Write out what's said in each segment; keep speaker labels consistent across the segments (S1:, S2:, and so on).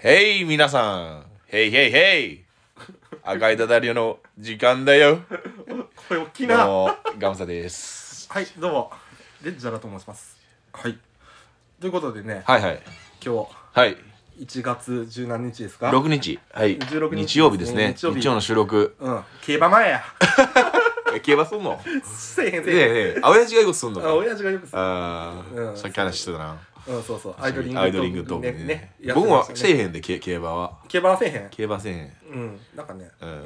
S1: ヘイ皆さんヘイヘイヘイ赤いダダリオの時間だよ
S2: これ大きい
S1: どう
S2: な
S1: もガムサです
S2: はいどうもレッジャラと申しますはいということでね
S1: はいはい
S2: 今
S1: はい
S2: 日1月17日ですか
S1: 6日はい
S2: 16日
S1: 日曜日ですね
S2: 日
S1: 日
S2: 曜
S1: 曜
S2: 日
S1: の収録
S2: うん競馬前や
S1: え競馬すんの
S2: せえへん
S1: ね
S2: せ
S1: え
S2: えへん
S1: ねえあ親父がよくすんの
S2: あ
S1: か
S2: 親父がよくさ
S1: あ
S2: う
S1: あ
S2: ん
S1: さっき話してたな
S2: うんそうそうアイドリング
S1: アイドリングトークね
S2: ねね
S1: 僕
S2: やっ
S1: は
S2: てました
S1: せ
S2: ね
S1: えへんでけ競馬は
S2: 競馬はせえへん
S1: 競馬せえへん
S2: うんなんかね
S1: う
S2: うんん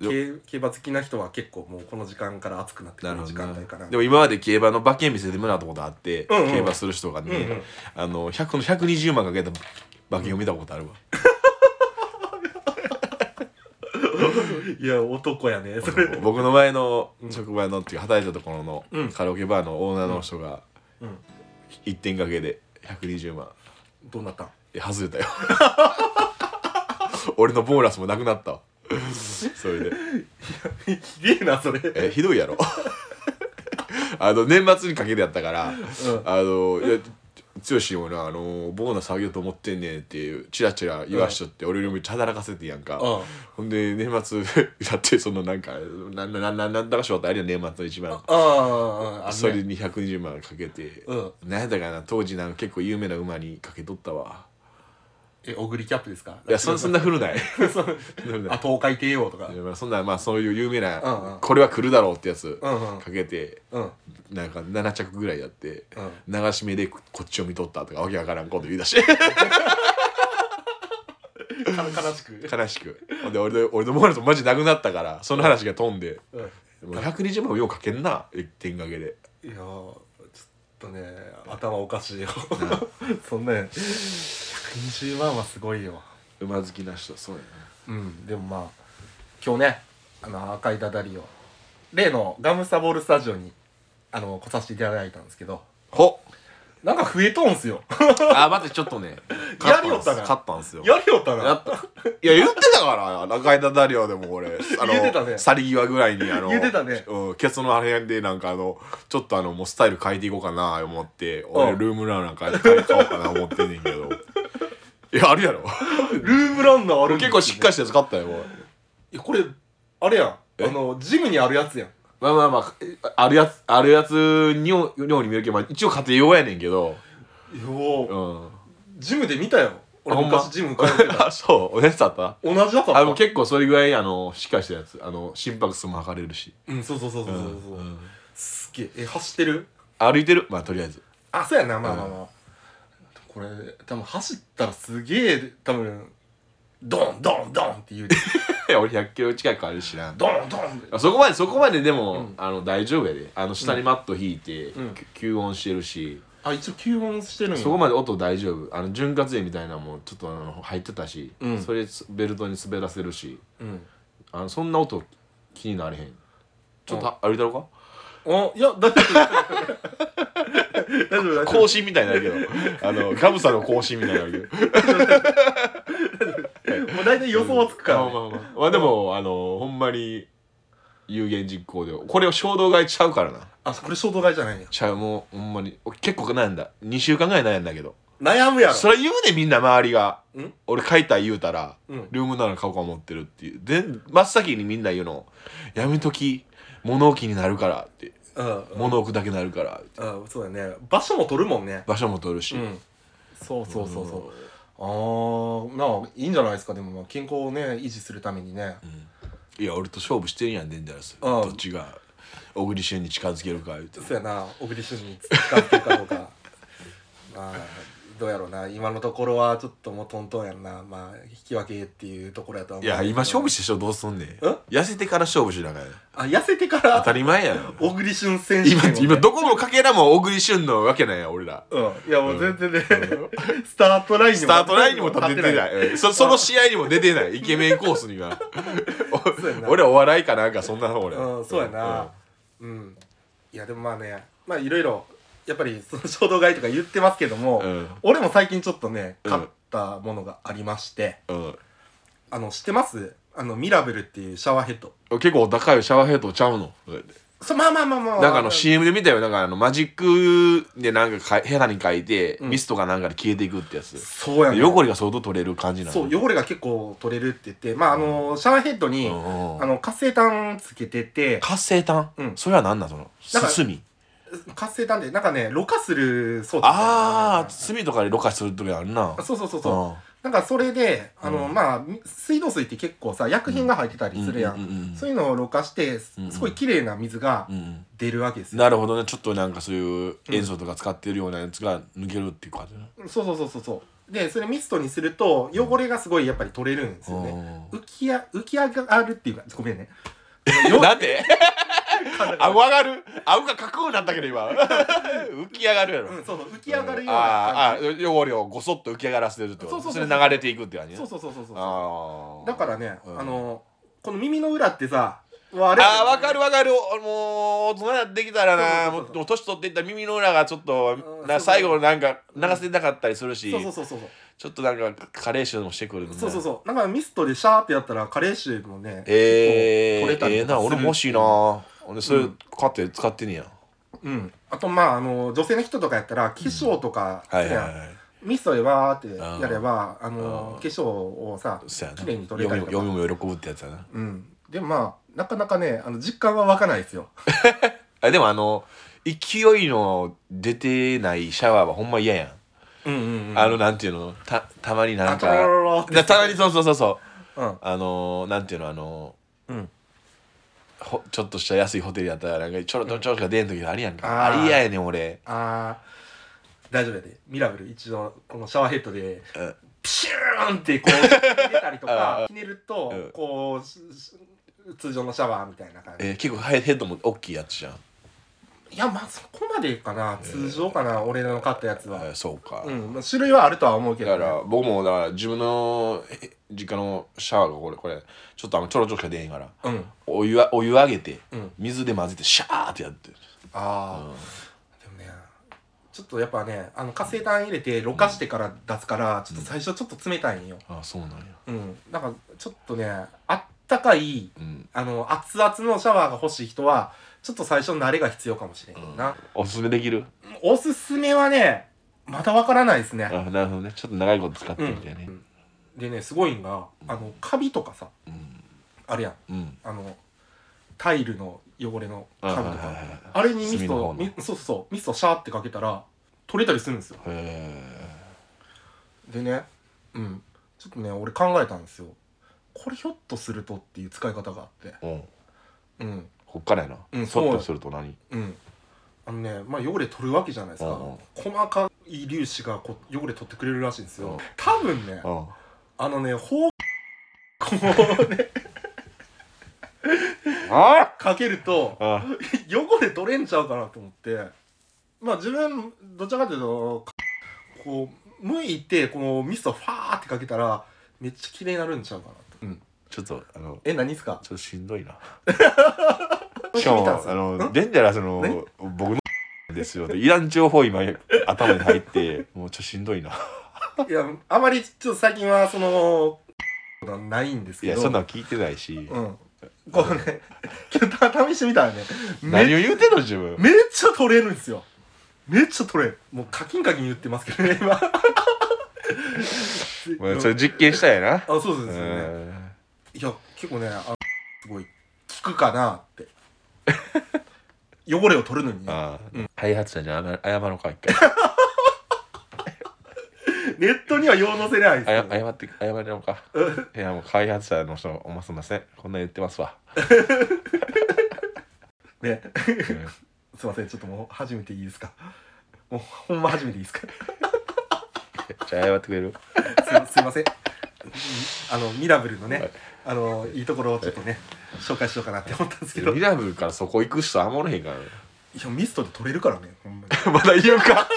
S1: よ
S2: 競競馬好きな人は結構もうこの時間から熱くなってく
S1: なる
S2: る
S1: ほど
S2: 時
S1: な
S2: 間帯かな
S1: でも今まで競馬の馬券見せてもらったことあって、
S2: うんうん
S1: 競馬する人がね、
S2: うんうん
S1: あの100の120万かけた馬券を見たことあるわ、
S2: いや男やねそれ
S1: 僕の前の職場のっていう働いたところの、
S2: うん
S1: カラオケバーのオーナーの人が
S2: うん
S1: 1点掛けで120万
S2: どうなったん
S1: で外れたよ 俺のボーナスもなくなったわそれで
S2: ひでえなそれ
S1: えひどいやろ あの年末にかけてやったから、あのいや剛もなあのボーナスあげようと思ってんねんってチラチラ言わしとって、俺よりめっちゃ働かせてやんか、
S2: うん
S1: ほんで年末 だってそのなんかなんなななんだかしょってあれや年末の一番
S2: あああ
S1: それに120万かけて、
S2: うん
S1: なんやったかな当時なんか結構有名な馬にかけとったわ
S2: え小栗キャップですか
S1: いやそ そんな古ないそんな古ない
S2: あ東海帝王とか
S1: いやまあそんなまあそういう有名な、
S2: うんうん
S1: これは来るだろうってやつ
S2: うんうん
S1: かけて、
S2: うん
S1: なんか7着ぐらいやって、
S2: う
S1: 流し目でこっちを見とったとかわけわからんこと言い出して
S2: か 悲しく
S1: 悲しくほんで俺の俺のボーナスもマジなくなったからその話が飛んで、
S2: うん
S1: もう120万もようかけんな一点掛けで
S2: いやーちょっとね頭おかしいよそんな120万はすごいよ
S1: 馬好きな人はそうや
S2: うんでもまあ今日ねあの赤いダダリを例のガムサボールスタジオにあの来させていただいたんですけど
S1: ほ
S2: なんか増えとんすよ
S1: あ待ってちょっとね勝
S2: やりよったな
S1: 勝ったんすよ
S2: やりよったな
S1: やったいや言ってたから中井田ダリオでも俺あの
S2: 言ってたね
S1: 去り際ぐらいにあの
S2: 言ってたね
S1: うん、ケツのあれでなんかあのちょっとあのもうスタイル変えていこうかな思って俺
S2: うん
S1: ルームランなんか変え買おうかな思ってんねんけど いやあるやろ
S2: ルームランナーあるんで
S1: 結
S2: すよ
S1: 構しっかりしたやつ買ったよ俺
S2: いやこれあれやんあ
S1: え
S2: のジムにあるやつやん
S1: まあまあまあえあるやつあるやつにょように見えるけど、まあ、一応家庭用やねんけど
S2: よ
S1: う
S2: ー
S1: ん
S2: ジムで見たよ俺
S1: あほんま
S2: 昔ジム通ってた
S1: あ そうおやつだった
S2: 同じだった
S1: あでも結構それぐらいあのしっかりしたやつあの心拍数も測れるし
S2: うんそうそうそうそうそうそう、
S1: うん
S2: すっげええ走ってる
S1: 歩いてるまあとりあえず
S2: あそうやなまあまあまあ、これ多分走ったらすげえ多分ドンドンドンって言うで
S1: い や俺100キロ近いから知らん
S2: ドンドンって
S1: そこまでそこまででも、
S2: うん
S1: あの大丈夫やであの下にマット引いて、
S2: うん
S1: き吸音してるし、
S2: あ一応吸音してるんや
S1: そこまで音大丈夫あの潤滑油みたいなのもちょっとあの入ってたし、
S2: うん
S1: それすベルトに滑らせるし
S2: うん
S1: あのそんな音気になれへんちょっとは、歩いたろう
S2: あいや 大丈
S1: か
S2: 夫大丈夫大丈夫
S1: 更新みたいになるけど あのガブサの更新みたいになるけど
S2: もう大体予想はつくから、
S1: まあま
S2: ね、
S1: あまあまあでもあのほんまに有言実行でこれを衝動買いちゃうからな
S2: あこれ衝動買いじゃないんや
S1: ちゃうもうほんまに結構悩んだ2週間ぐらい悩んだけど
S2: 悩むやろ
S1: それ言うねみんな周りが
S2: ん
S1: 俺買いたい言うたら、
S2: うん
S1: ルームなら買おうか思ってるっていうで真っ先にみんな言うの「やめとき物置になるから」って
S2: うん
S1: 「物置くだけなるから」って
S2: あそうだね場所も取るもんね
S1: 場所も取るし、
S2: うんそうそうそうそうあーなあいいんじゃないですかでもまあ健康をね維持するためにね、
S1: いや俺と勝負してるやんデンジャラス
S2: うん
S1: どっちが小栗旬に近づけるか言うて
S2: そうやな小栗旬に使ってるかどうか まあどうやろうな今のところはちょっともうトントンやんなまあ引き分けっていうところやとは思
S1: いう
S2: い
S1: や今勝負
S2: し
S1: してしょどうすんねん痩せてから勝負しながら
S2: あ痩せてか
S1: 当た
S2: ら
S1: り前やん
S2: 小栗旬選手権を
S1: 今
S2: ね
S1: 今どこもかけらも小栗旬のわけなんや俺ら
S2: うんいやもう全然ね、 スタートラインに
S1: ス
S2: も
S1: タートラインにも立ててない
S2: い
S1: うん そその試合にも出てないイケメンコースには
S2: そうや な
S1: 俺はお笑いかなんかそんなの俺
S2: うんそうやなうん、いやでもまあねまあいろいろやっぱりその衝動買いとか言ってますけども、
S1: うん
S2: 俺も最近ちょっとね
S1: うん
S2: 買ったものがありまして、
S1: うん
S2: あの知ってますあのミラブルっていうシャワーヘッド
S1: 結構お高いシャワーヘッドちゃうの
S2: そまあまあまあまあ
S1: なんかあの CM で見たよなんかあのマジックでなんかか部屋に書いて、
S2: うん
S1: ミストかなんかで消えていくってやつ
S2: そうやね
S1: 汚れが相当取れる感じなの
S2: そう汚れが結構取れるって言ってまああのシャワーヘッドに、
S1: うんうん
S2: あの活性炭つけてて
S1: 活性炭、
S2: うん
S1: それは何なんその
S2: なんか
S1: 炭
S2: 活性炭でなんかねろ過する装置みたいなのが
S1: あ
S2: る
S1: あ炭とかでろ過する時あるな
S2: あそうそうそうそう、
S1: そ
S2: なんかそれであの、
S1: うん
S2: まあみ水道水って結構さ薬品が入ってたりするやん,、
S1: うんうんうんうん
S2: そういうのをろ過してす
S1: うんうん
S2: すごい綺麗な水が
S1: うんうん
S2: 出るわけですよ、
S1: なるほどねちょっとなんかそういう塩素とか使ってるようなやつが抜けるっていう感じだね
S2: そうそうそうそうそうでそれミストにすると汚れがすごいやっぱり取れるんですよね、
S1: う
S2: 浮きや浮き上がるっていうかごめんね
S1: んなんで 顎上がる顎がかっこよくなったけど今 浮き上がるやろ、
S2: うんそうそう浮き上がるような感じ、
S1: あーあー汚れをごそっと浮き上がらせてるってこと
S2: そうそうそうそう
S1: れ流れていくって感じね
S2: そうそうそうそうそう
S1: あー
S2: だからね、
S1: うん
S2: あのこの耳の裏ってさわあ
S1: あーわかるわかるおもう大人になってきたらな
S2: そう
S1: も
S2: そうそう
S1: うもう年取っていったら耳の裏がちょっと
S2: う
S1: な
S2: んそうそう
S1: 最後なんか流せなかったりするし
S2: そうそうそうそうそう
S1: ちょっとなんか加齢臭もしてくるん
S2: そうそうそうなんかミストでシャーってやったら加齢臭もね
S1: え
S2: 結
S1: ー、
S2: 構取れたり
S1: ええ
S2: とか
S1: な俺も欲しいな俺それ
S2: うん
S1: 買って使ってんねや、
S2: うんあとまああの女性の人とかやったら化粧とか、
S1: はいはいは
S2: ね
S1: い
S2: ミストでわーってやればあ
S1: う
S2: の
S1: ん
S2: 化粧をさ
S1: そうやな
S2: 綺麗に取れたりとか
S1: 読みも読みも喜ぶってやつやな
S2: うんでもまあなかなかねあの実感は湧かないですよ
S1: あでもあの勢いの出てないシャワーはほんま嫌やん、
S2: うんうん、
S1: あのなんていうのたたまになん
S2: あとろ
S1: か
S2: ろろって
S1: たまにそうそうそうそう
S2: うん
S1: あのー、なんていうのあの
S2: うん
S1: ー、ほちょっとした安いホテルやったらなんかちょろちょろちょろしか出ん時あるやんか、
S2: あー
S1: あれ嫌やねん俺
S2: あー大丈夫やでミラブル一度このシャワーヘッドで
S1: うん
S2: ピシューンってこうひねたりと
S1: あ
S2: か
S1: あ
S2: ひねる と
S1: うん
S2: こうしし通常のシャワーみたいな感じ
S1: えー、結構ヘッドも大きいやつじゃん、
S2: いやまあそこまでかな通常かな俺の買ったやつ
S1: え
S2: は
S1: ーそうか、
S2: うんまあ種類はあるとは思うけど
S1: だか
S2: ね
S1: ら僕もだから自分のえ実家のシャワーがこれこれちょっとあのちょろちょろしか出へんから
S2: うん
S1: お湯はお湯あげて、
S2: うん
S1: 水で混ぜてシャーってやって
S2: ああでもねちょっとやっぱねあの活性炭入れてろ過してから出すからちょっと最初ちょっと冷たいんよ
S1: あそうなんや
S2: うんだからちょっとねあったかい
S1: うん
S2: あの熱々のシャワーが欲しい人はちょっと最初の慣れが必要かもしれんな、
S1: おすすめできる
S2: おすすめはねまだわからないですね、
S1: あなるほどねちょっと長いこと使ってみたいね
S2: うんでねすごいんがあのカビとかさ
S1: うん
S2: あるやん
S1: うん
S2: あのタイルの汚れのカビと
S1: あはい
S2: か
S1: はいはい
S2: あれにミス
S1: 隅の方の
S2: トみそうそうそうミストシャーってかけたら取れたりするんですよ
S1: へえ
S2: でねうんちょっとね俺考えたんですよこれひょっとするとっていう使い方があって
S1: うん
S2: うん
S1: こっからやな、
S2: うん
S1: そっとすると何
S2: うんあのねまあ汚れ取るわけじゃないですか、
S1: う
S2: 細かい粒子がこう汚れ取ってくれるらしいんですよ、
S1: うん
S2: 多分ね、
S1: うん
S2: あのねほうこうね
S1: あ
S2: かけると
S1: あ
S2: 汚れ取れんちゃうかなと思ってまあ自分どちらかというとこう向いてこのミストファーってかけたらめっちゃ綺麗になるんちゃうかなと、
S1: ちょっとあの
S2: え何ですか
S1: ちょっとしんどいな
S2: 見
S1: しか
S2: たん
S1: も
S2: ですよ
S1: あの
S2: ん
S1: デンジャラスの僕の ですよイラン情報今頭に入ってもうちょっとしんどいない
S2: やあまりちょっと最近はそのがないんです
S1: い
S2: けど
S1: やそんなの聞いてないし、
S2: うんこうね 試してみたらねめ
S1: 何を言うてんの自分
S2: めっちゃ取れるんですよめっちゃ取れるもうカキンカキン言ってますけどね 今
S1: まあそれ実験したいな
S2: あそうそう
S1: う
S2: で
S1: ん
S2: すよねいや結構ねあのすごい効くかなって 汚れを取るのにね
S1: ああ、開発者に謝謝ろうか一回
S2: ネットにはよう載せないです
S1: あ
S2: け
S1: や
S2: ど
S1: 謝って謝りようか
S2: うん
S1: いやもう開発者の人おますんませんこんな言ってますわ、
S2: ね
S1: うん
S2: すいませんちょっともう初めていいですかもうほんま初めていいですか
S1: じゃあ謝ってくれる
S2: すすいませんあのミラブルのねあのいいところをちょっとね紹介しようかなって思ったんですけどい
S1: ミラブルからそこ行く人あんまおれへんからね
S2: やミストで取れるからねほんま に
S1: まだ言うか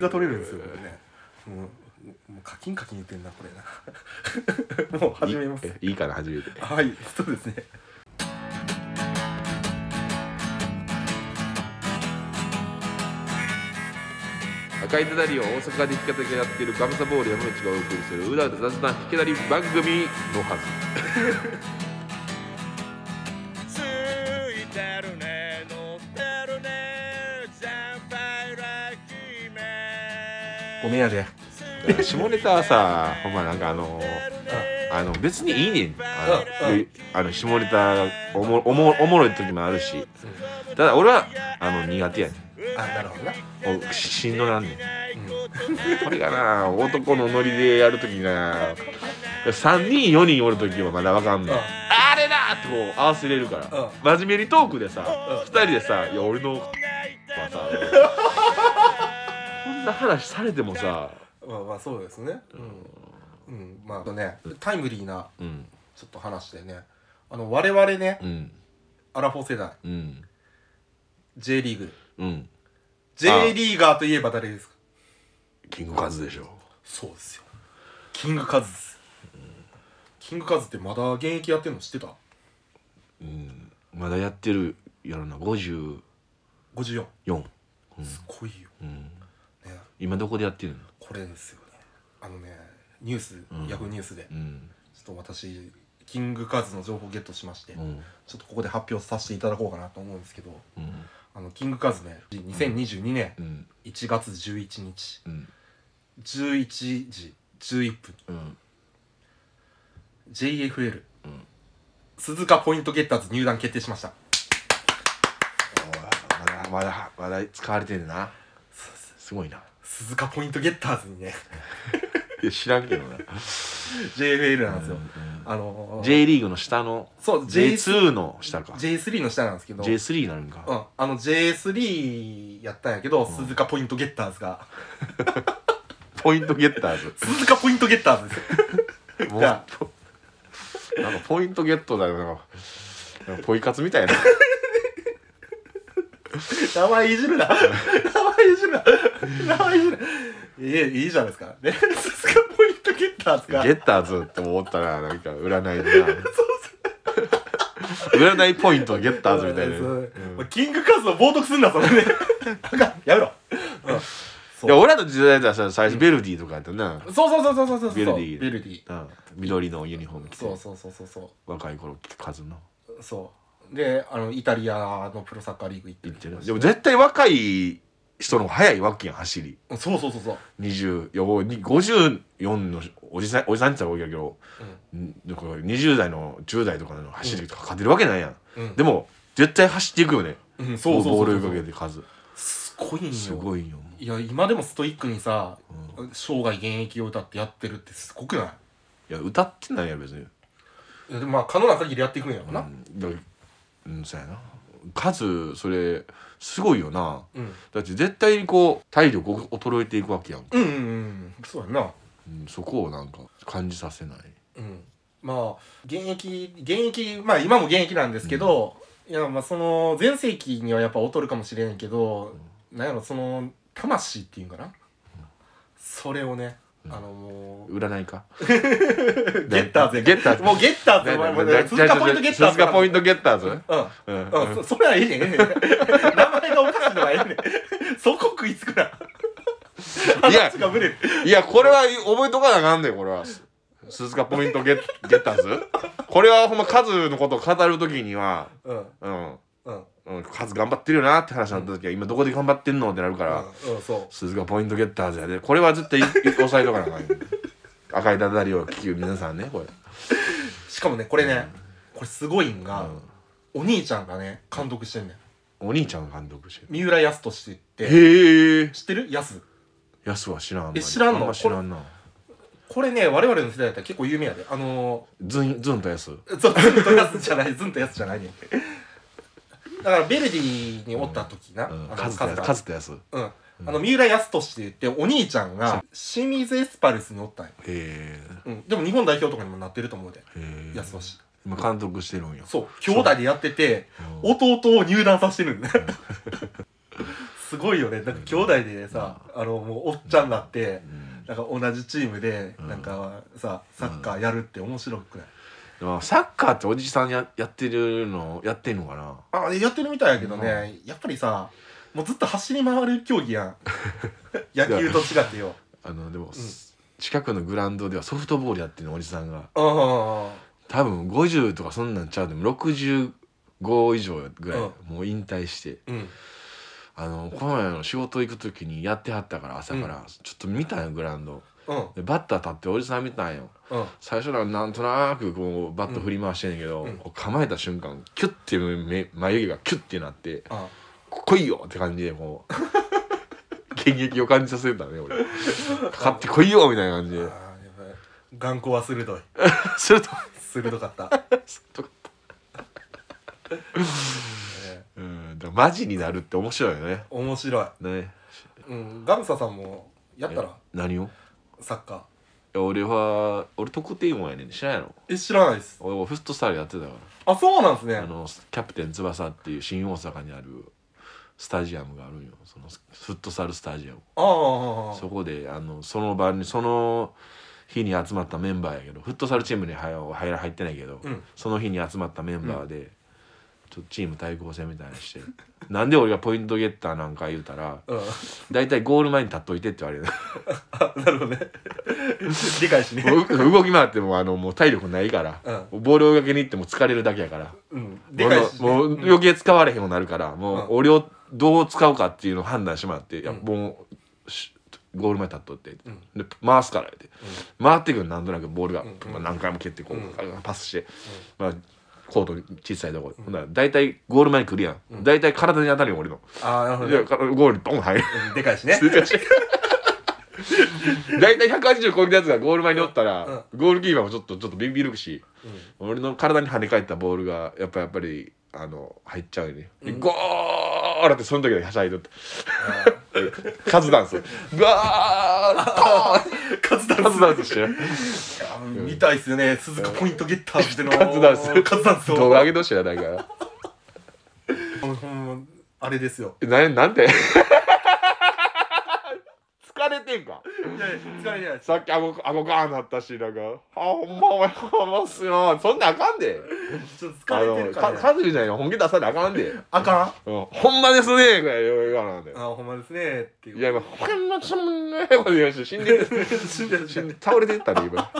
S2: が取れるんですよこれねもうもうカキンカキン言ってんなこれな もう始めます
S1: いいいかな始めて
S2: はい、そうですね。
S1: 赤いただりを大阪で弾き語りやっているガムサボール山道がお送りするうだうだ雑談弾き語り番組のはず
S2: ごめんやで
S1: 下ネタはさほんまなんかあのあの別にいいねんあの,、
S2: うん
S1: あの下ネタがおもおもおもろい時もあるし、ただ俺はあの苦手やね
S2: あなるほどな、
S1: んおししんどなんねんこれがな男のノリでやる時な3人4人おる時はまだわかんない、
S2: うん
S1: あれだってこう合わせれるから、真面目にトークでさ、2人でさ「いや俺のはさ こんな話されてもさ
S2: まあまあそうですねうん、うん、まああとねタイムリーな
S1: うん
S2: ちょっと話でねあの我々ね
S1: うん
S2: アラフォー世代
S1: うん
S2: J リーグ
S1: うん。
S2: J リーガーといえば誰ですか
S1: キングカズでしょ。
S2: そうですよキングカズですキングカズってまだ現役やってるの知ってた
S1: うん。まだやってるやろな、五十
S2: ?54
S1: 四。
S2: すごいよ、
S1: うん。
S2: ね、
S1: 今どこでやってるの？
S2: これですよねあのねニュース、ヤフーニュースで、
S1: うん。
S2: ちょっと私キングカズの情報ゲットしまして、
S1: うん。
S2: ちょっとここで発表させていただこうかなと思うんですけど
S1: うん。
S2: あのキングカズね2022年
S1: うん。
S2: 1月11日
S1: うん。
S2: 11時11
S1: う
S2: 分
S1: ん。
S2: JFL、鈴鹿ポイントゲッターズ入団決定しました
S1: まだまだまだ使われてるな。すごいな。
S2: 鈴鹿ポイントゲッターズにね
S1: いや知らんけど な。
S2: JFL なんですよ、あのー
S1: J リーグの下の。
S2: そう J-
S1: J2 の下か。
S2: J3 の下なんですけど
S1: J3 になるん
S2: う
S1: か。
S2: ん、あの J3 やったんやけど、鈴鹿ポイントゲッターズが
S1: ポイントゲッター ズ。
S2: 鈴鹿ポイントゲッターズです
S1: もう
S2: じゃ
S1: なんかポイントゲットだよなんかなんかポイ活みたいな。
S2: 名前いじるな名前いじるな名前いじるないいいいじゃないですかね鈴鹿ポイントゲッターズが
S1: ゲッターズって思ったらなんか占い でな 占いポイントゲッターズみたいな、
S2: そう
S1: うん
S2: まあキングカズを冒涜すんなそれねあかんやめろ、う
S1: い
S2: ん、
S1: や俺らの時代だったら最初ベルディとかやったな、
S2: そうそうそうそうそうそう
S1: ベルディ
S2: ベルディ
S1: うん緑のユニフォーム着て
S2: そうそうそうそうそ
S1: 若い頃カズの
S2: うそうであのイタリアのプロサッカーリーグ行って
S1: 言ってる
S2: き
S1: でも絶対若い人の方が早いわけやん走り
S2: ましたそうそうそうそう
S1: 20いやもうに54のおじさんおじさんって言ったら多いやけど、んだから20代の10代とかの走りとか勝てるわけないやん、
S2: うん
S1: でも絶対走っていくよね、
S2: うんそうそうそうそう
S1: ボールかけて数
S2: すごいんよ
S1: すごいよもう
S2: いや今でもストイックにさ、生涯現役を歌ってやってるってすごくない
S1: いや歌ってないやろ別に
S2: いやでもまあ可能な限りやっていくんやろな、
S1: うんだからうんそうやな数それすごいよな
S2: うん、
S1: だって絶対にこう体力を衰えていくわけやん、
S2: うんうんうんそうやんな
S1: うん、そこをなんか感じさせない
S2: うんまあ現役現役まあ今も現役なんですけど、いやまあその全盛期にはやっぱ劣るかもしれんけど、なんやろその魂っていうんかな、それをねあのもう
S1: 占いか
S2: ゲッターズ
S1: ゲッターズ
S2: もうゲッターズお前もうね鈴鹿ポイントゲッターズ
S1: 鈴鹿ポイントゲッターズ
S2: うん
S1: うん
S2: うん、そそ れはいいねん名前がおかしいのはいいね んそこ食いつくな話がぶれる
S1: いやこれは覚えとかなあかんねんこれは鈴鹿ポイントゲッゲッターズこれはほんま数のことを語る時には
S2: うん
S1: うん、
S2: うん
S1: うん、数頑張ってるよなって話になった時は、今どこで頑張ってんのってなるから、
S2: うんうんそ
S1: 鈴鹿ポイントゲッターズやでこれは絶対い押さえとかなあかんよ赤いダダリを聞く皆さんねこれ
S2: うしかもねこれねこれすごいんが
S1: うん、
S2: お兄ちゃんがね監督してんねん
S1: お兄ちゃんが監督してる
S2: 三浦康俊って言って
S1: へえ
S2: 知ってるやす
S1: やすは知らんあまり
S2: え知らんの
S1: あま知らんな
S2: これね我々の世代だったら結構有名やであの
S1: ずんずんとやす
S2: ー、ずんとやすじゃないずんとやすじゃないねんだからベルディにおった時な、あの
S1: カズとや
S2: が
S1: カズとやすへ
S2: うん、あの三浦康俊って言ってお兄ちゃんが清水エスパルスにおったんよ
S1: え
S2: うん、でも日本代表とかにもなってると思うで
S1: へえ
S2: 安橋
S1: 今監督してるんよ
S2: そう兄弟でやってて
S1: うん
S2: 弟を入団させてるんだすごいよねなんか兄弟でさ、あのもうおっちゃんになって、なんか同じチームでなんかさ、サッカーやるって面白くない、
S1: でもサッカーっておじさんややってるのやってんのかな
S2: あやってるみたいやけどね、やっぱりさもうずっと走り回る競技 やん野球と違ってよ
S1: あのでも、近くのグラウンドではソフトボールやってるのおじさんが
S2: うんうんうん
S1: 多分50とかそんなんちゃうでも65以上ぐらい、
S2: うん
S1: もう引退して
S2: うん
S1: あのこの前の仕事行く時にやってはったから朝から、ちょっと見たんよグラウンド
S2: うん
S1: でバッター立っておじさん見たんよ
S2: うん
S1: 最初はなんとなくこうバット振り回してんねんけど、
S2: うん
S1: こう構えた瞬間キュッて目眉毛がキュッてなって
S2: あ
S1: 「来いよ!」って感じでこう 現役を感じさせたね俺「かかって来いよ!」みたいな感じ
S2: あー
S1: で
S2: やばい眼光は鋭い
S1: すると
S2: 鋭かった、え
S1: うんだからマジになるって面白いよね
S2: ー面白い、
S1: ね
S2: うん、ガムサさんもやったら
S1: え何をい
S2: サッカ
S1: や俺は俺特定もやねん知らんやろ
S2: ーえ知らないです
S1: 俺もフットサルやってたから
S2: あそうなんですね
S1: あのキャプテン翼っていう新大阪にあるスタジアムがあるんよそのフットサルスタジアム
S2: ああ
S1: そこであのその場にその日に集まったメンバーやけどフットサルチームにはよ入ら入ってないけど、
S2: うん
S1: その日に集まったメンバーで、ちょっとチーム対抗戦みたいにして なんで俺がポイントゲッターなんか言うたら
S2: うん、
S1: 大体ゴール前に立っといてって言 われる
S2: あなるほどね 理解しね
S1: もう動き回ってもあのもう体力ないから、ボールを追いかけに行っても疲れるだけやから。
S2: うん理解しね
S1: もうもう余計使われへんようになるから、もう
S2: うん
S1: 俺をどう使うかっていうのを判断してもらって、いや
S2: うん
S1: もうしゴール前立っとって、
S2: うん
S1: で回すからって、回ってくるなんとなくボールが、
S2: うん
S1: 何回も蹴ってこう、パスして、まあ、コートに小さいとこ、ほんなら大体ゴール前に来るやん、大体体に当たるよ俺の、
S2: ああなるほ
S1: い
S2: ど
S1: や
S2: ね
S1: からゴールにボン入る
S2: うんでかいしね
S1: 大体180超えたやつがゴール前におったら、
S2: うん
S1: ゴールキーパーもちょっとちょっとビビるし、俺の体に跳ね返ったボールがやっぱやっぱりあの入っちゃうよね、でゴールってその時だけはしゃいどって カズダンスゴール
S2: カズダ
S1: カ
S2: ンス
S1: ズダンスしてる
S2: あ見たいっすよね鈴鹿ポイントゲッターっての
S1: カズダンス
S2: カズダンスを
S1: 動画上げてほしいななんか
S2: ほんまあれですよ
S1: ななんて 疲れてんか
S2: いやいや疲れてないです
S1: さっき顎顎ガーンなったしなんか「あほんまお前ほんまっすよそんなんあかんで」
S2: ちょっと
S1: あ
S2: 疲れて
S1: の
S2: るから
S1: か
S2: ね
S1: カズみたいに本気出さなあかんで。
S2: あかん
S1: うんほんまですねぐらい言わなんで。
S2: あほんまですねっていう
S1: いや、今、ほんまですねーまで言わして死んでて、
S2: 死んでる
S1: 死んで、倒れてったね、今。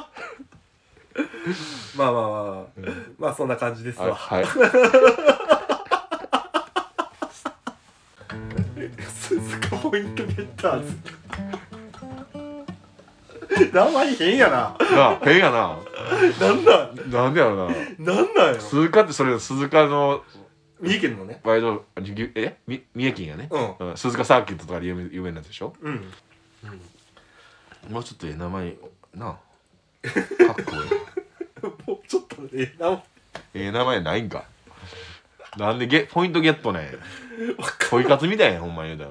S2: まあまあまあ、まあそんな感じです
S1: あ
S2: わ
S1: はい。
S2: 鈴鹿ポイントゲッターズ名前変やな
S1: なあ、変やな。
S2: なんなん
S1: なんでやろな。
S2: なんなんよ
S1: 鈴鹿って、それ、鈴鹿の、
S2: 三重県のね
S1: ワイド、あぎゅえみ三重県やね。
S2: うん
S1: ん。鈴鹿サーキットとかで有名有名になったでしょ
S2: うん
S1: もうちょっとええ名前、なあ。かっこ
S2: もうちょっとええなわ
S1: ええ。ええ名前ないんか。なんでゲ、ポイントゲットねん。
S2: か
S1: ポイ活みたいやん、ほんまに言う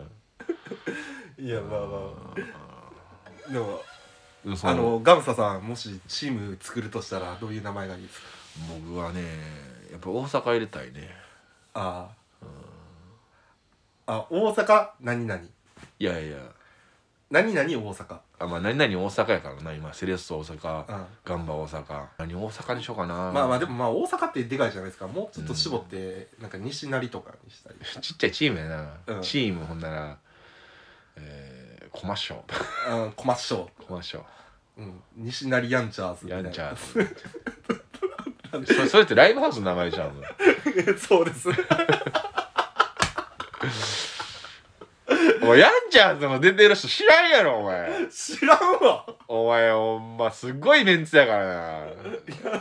S1: た
S2: んいやまあまあでも
S1: らそ
S2: あのガムサさんもしチーム作るとしたらどういう名前がいいですか
S1: 僕はねやっぱ大阪入れたいね
S2: あああ大阪何々
S1: いやいや
S2: 何々大阪
S1: あまあ何々大阪やからな今セレッソ大阪、
S2: うん
S1: ガンバ大阪何大阪にしようかな
S2: まあまあでもまあ大阪ってでかいじゃないですかもうちょっと絞ってなんか西成とかにしたり
S1: ちっちゃいチームやな、
S2: うん
S1: チームほんならえー、コマッショ
S2: うんコマッショ
S1: コマッショ
S2: うん西成ヤンチャーズみた
S1: や
S2: いなん
S1: ちゃんそ れそれってライブハウスの名前じゃんもう
S2: そうです
S1: お前やんちゃんでも出てる人知らんやろお前
S2: 知らんわ
S1: お前ほんますっごいメンツやから
S2: ヤ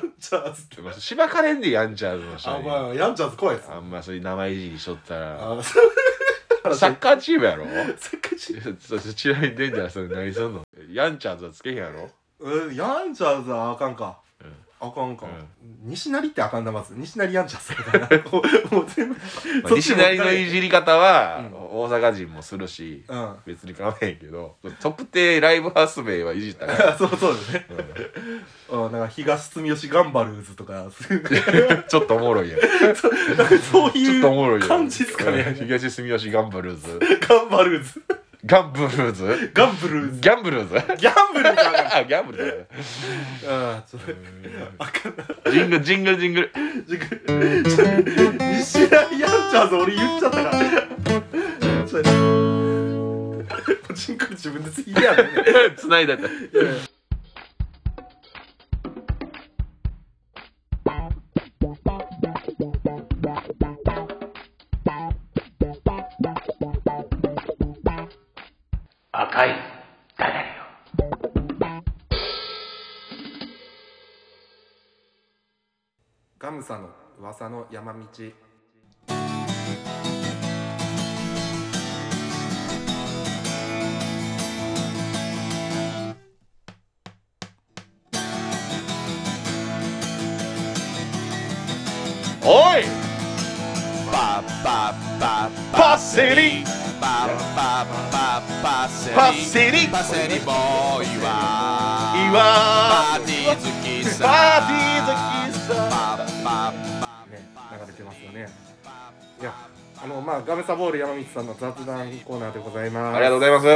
S2: ンチャーズって
S1: なしばかれんでやんちゃんの人
S2: あ
S1: に
S2: まあヤンチャーズ怖いです
S1: あんまそういう名前いじりしとったら
S2: あそう
S1: サッカーチームやろ
S2: サッカーチーム
S1: そそちらに出んじゃんそれ何すんのヤンちゃんとはつけへんやろ
S2: うんヤンチャーズはあかんか
S1: うん
S2: あかんか
S1: うん
S2: 西成ってあかんなまず西成ヤンチャーズみたい なもうもう全部
S1: まあ
S2: そっち
S1: 西
S2: に持ってかれ
S1: 成のいじり方は
S2: うん
S1: 大阪人もするし
S2: うん
S1: 別に構わへんけど特定ライブハウス名はいじったから
S2: そうそうですね。うん、なんか東住吉ガンバルーズとか、 そう
S1: ちょっとおもろいやん
S2: そう
S1: ちょ
S2: い
S1: っとおもろいや
S2: うん感じです
S1: う
S2: か
S1: ん
S2: ね。
S1: 東住吉ガンバルーズ
S2: ガンバルーズ。
S1: ガンブルーズ
S2: ガンブルーズ。
S1: ギャンブルーズ
S2: ギャンブルーズあ
S1: あギャンブルー
S2: かん。それあかんな。
S1: ズジングルジングルジングル
S2: ちょちょ西成やんちゃうぞ、俺言っちゃったから。ちょパチンコ自分で次やねんね。
S1: 繋いだった
S3: 「
S2: 寒さの噂の山道
S1: おい
S3: パパパ
S1: パセリ
S3: パパパパセリ
S1: パセリ
S3: パセリボーイは
S1: 岩
S3: パーティー好きさ
S1: パーティー好きさ
S3: パパパ
S2: ね流れてますよねいやあのまあガムサボール山道さんの雑談コーナーでございます
S1: ありがとうございます、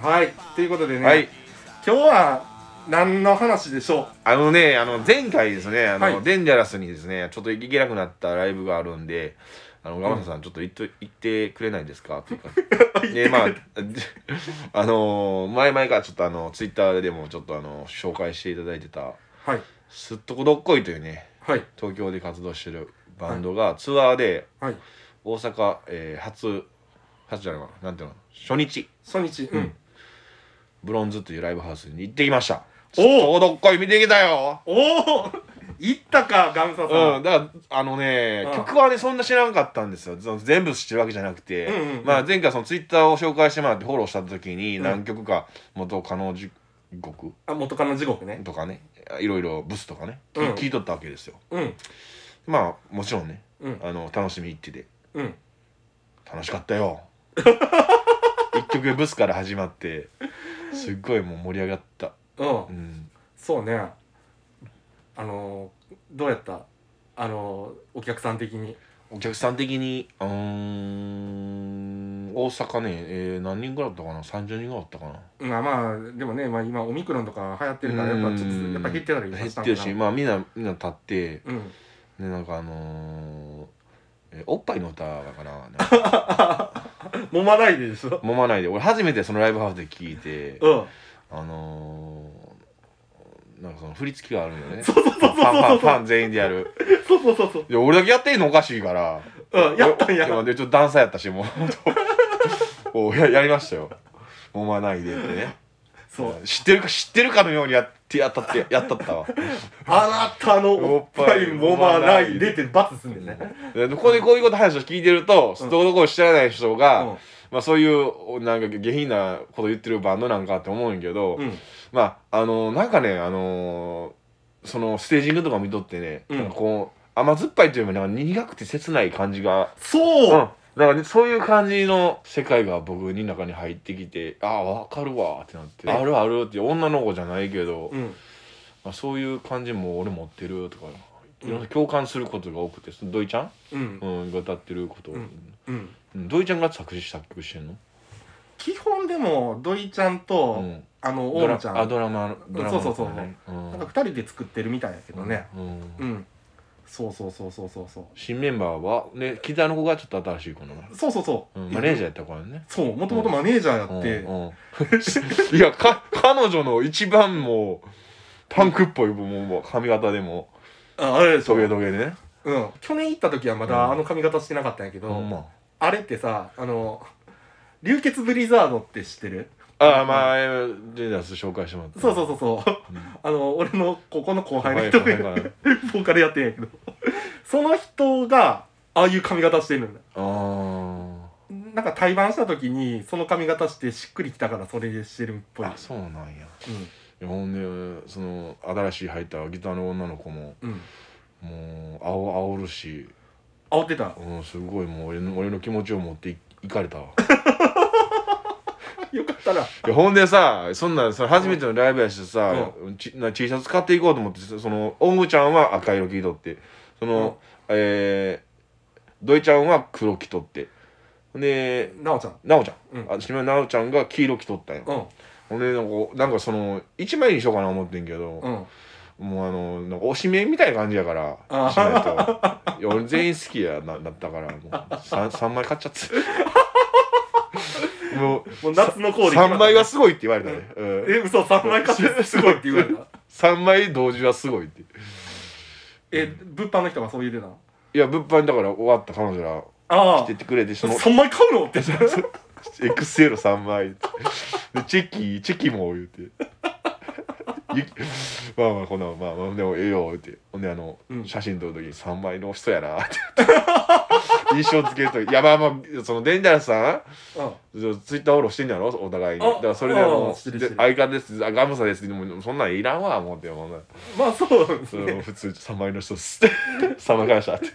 S2: ますはいということでね、
S1: はい
S2: 今日は何の話でしょ
S1: あのね、あの前回ですね、あの、
S2: はい
S1: デンジャラスにですね、ちょっと行けなくなったライブがあるんで、あの、ガマサさん、ちょっと行っと行ってくれないですかっていうか。で、まあ、 あのー前々からちょっとあの、ツイッターでもちょっとあの、紹介していただいてた、
S2: うはい
S1: すっとこどっこいというね、
S2: はい
S1: 東京で活動してるバンドがツアーで
S2: はい
S1: 大阪、えー初、初じゃないわ、なんていうの、初日、
S2: 初日うん、
S1: ブロンズというライブハウスに行ってきました。す
S2: おー
S1: っとこどっこい見てきたよ
S2: おお行ったかガムサさん、
S1: うん、だからあのね、
S2: うん
S1: 曲はねそんな知らなかったんですよその全部知ってるわけじゃなくて、
S2: うんうんうん
S1: まあ、前回そのツイッターを紹介してもらってフォローした時に
S2: うん
S1: 何曲か元カノ時刻
S2: あ元カノ地獄ね
S1: とかねいろいろブスとかね、き
S2: うん
S1: 聞いとったわけですよ
S2: うん
S1: まあもちろんね
S2: うん
S1: あの楽しみに行ってて
S2: うん
S1: 楽しかった よ一曲ブスから始まってすっごいもう盛り上がった、
S2: うん
S1: うん、
S2: そうねあのどうやったあのお客さん的に
S1: お客さん的にうーん大阪ね、えー何人ぐらいだったかな30人ぐらいだったかな
S2: まあまあでもね、まあ、今オミクロンとか流行ってるからやっぱちょっ
S1: う
S2: と
S1: ん
S2: やっぱ減ってたり
S1: 減
S2: は
S1: っ
S2: したん
S1: て
S2: か
S1: る
S2: な
S1: しまあみんなみんな立って
S2: うん
S1: ねなんかあのーえおっぱいの歌かななん か
S2: 揉まないででしょ
S1: 揉まないで俺初めてそのライブハウスで聞いて
S2: うん
S1: あのーなんかその振り付きがあるんよね
S2: そうそうそうそう
S1: ファンファ
S2: そ
S1: ン
S2: う
S1: ファン全員でやる
S2: そうそうそうそう
S1: いや俺だけやってんのおかしいから
S2: うんやったんや
S1: おでちょっとダンサーやったしもうおややりましたよ揉まないでってね
S2: そう
S1: 知ってるか知ってるかのようにやってやったってやったったわ
S2: あなたのおっぱい揉まないでって罰すんでね
S1: でここでこういうこと話を聞いてると、そこどころ知らない人が、
S2: うん
S1: まあ、そういうおなんか下品なこと言ってるバンドなんかって思うんやけど、
S2: うん
S1: まああのなんかねあのーそのステージングとか見とってね、
S2: うん
S1: なんかこう甘酸っぱいというよりもなんか苦くて切ない感じが、うん、
S2: そう
S1: だから、ね、そういう感じの世界が僕の中に入ってきてああ分かるわってなって、
S2: うん
S1: あるあるって女の子じゃないけど、
S2: うん
S1: まあ、そういう感じも俺持ってるとか。いろんな共感することが多くて、その土井ちゃん、
S2: うん
S1: うん、が歌ってること、
S2: うんうん
S1: うん土井ちゃんが作詞作曲してんの
S2: 基本でも土井ちゃん
S1: う
S2: と
S1: ん
S2: あの
S1: ド
S2: 大
S1: ラ
S2: 野ちゃ
S1: あ
S2: ん
S1: ドラマのドラマの
S2: そうそうそう
S1: うん
S2: なんか二人で作ってるみたいやけどね
S1: うん
S2: うんそうそうそうそうそうそう
S1: 新メンバーはねギターの子がちょっと新しい子なの、
S2: そうそうそう、
S1: うんマネージャーやった子やね
S2: そうもともとマネージャーやって、
S1: うんうん いやか彼女の一番もうパンクっぽいもうもう髪型でも
S2: ああれでし
S1: ト
S2: ょ、
S1: ゲトゲでね
S2: うん、去年行った時はま
S1: う
S2: だ
S1: ん
S2: あの髪型してなかったんやけど、
S1: ほんま
S2: あれってさあの流血ブリザードって知ってる
S1: ああまあジェダス紹介してもらった
S2: そうそうそうそう
S1: うん
S2: あの俺のここの後輩の
S1: はい
S2: 人
S1: はい
S2: で
S1: はいは い
S2: ボーカルやってんやけど その人がああいう髪型してるんだ
S1: あー
S2: なんか対バンした時にその髪型してしっくりきたからそれしてるっぽい
S1: あそうなんや
S2: う
S1: いやほんでその新しい入ったギターの女の子も
S2: んうん
S1: もう青煽るし
S2: 煽ってた
S1: うん、すごいもう俺の俺の気持ちを持っていいかれたわ
S2: よかったら
S1: いやほんでさそんなんその初めてのライブやしさ、ちな T シャツ買っていこうと思ってそのオングちゃんは赤色着とってその、えー、土井ちゃんは黒着とってほんで
S2: なおちゃん
S1: 奈緒ちゃん、
S2: う
S1: あ
S2: ん
S1: 島根奈緒ちゃんが黄色着とったんよ、
S2: うん
S1: ほんでなんかなんかその一枚にしようかな思ってんけど、
S2: うん
S1: もうあのなんか推しメンみたいな感じやから
S2: あー
S1: しないといや俺全員好きやなだったからもう 3, 三枚買っちゃ ってもう
S2: もう夏のコーデ決まった
S1: 3枚はすごいって言われたね、うん、
S2: え嘘3枚買ってすごいって言われた
S1: 3枚同時はすごいって
S2: え物販の人がそう言うてたの
S1: いや物販だから終わった彼女ら
S2: ああ
S1: 来ててくれてその
S2: 3枚買う のって
S1: XL3 枚でチェキチェキも言うてゆまあまあこんなまあまあでもええよ言うてほんであの、
S2: うん
S1: 写真撮る時に3枚の人やなって 言って印象つけるといやまあまあそのデンジャラスさん
S2: うん
S1: ツイッターフォローしてんやろお互いに
S2: あ
S1: だからそれであ
S2: ああ
S1: の
S2: してるして
S1: で
S2: る
S1: 相方ですあガムサですでもそんなんいらんわ思ってもう
S2: まあそうなんです
S1: それも
S2: ね
S1: 普通3枚の人っす って3枚感謝って
S2: い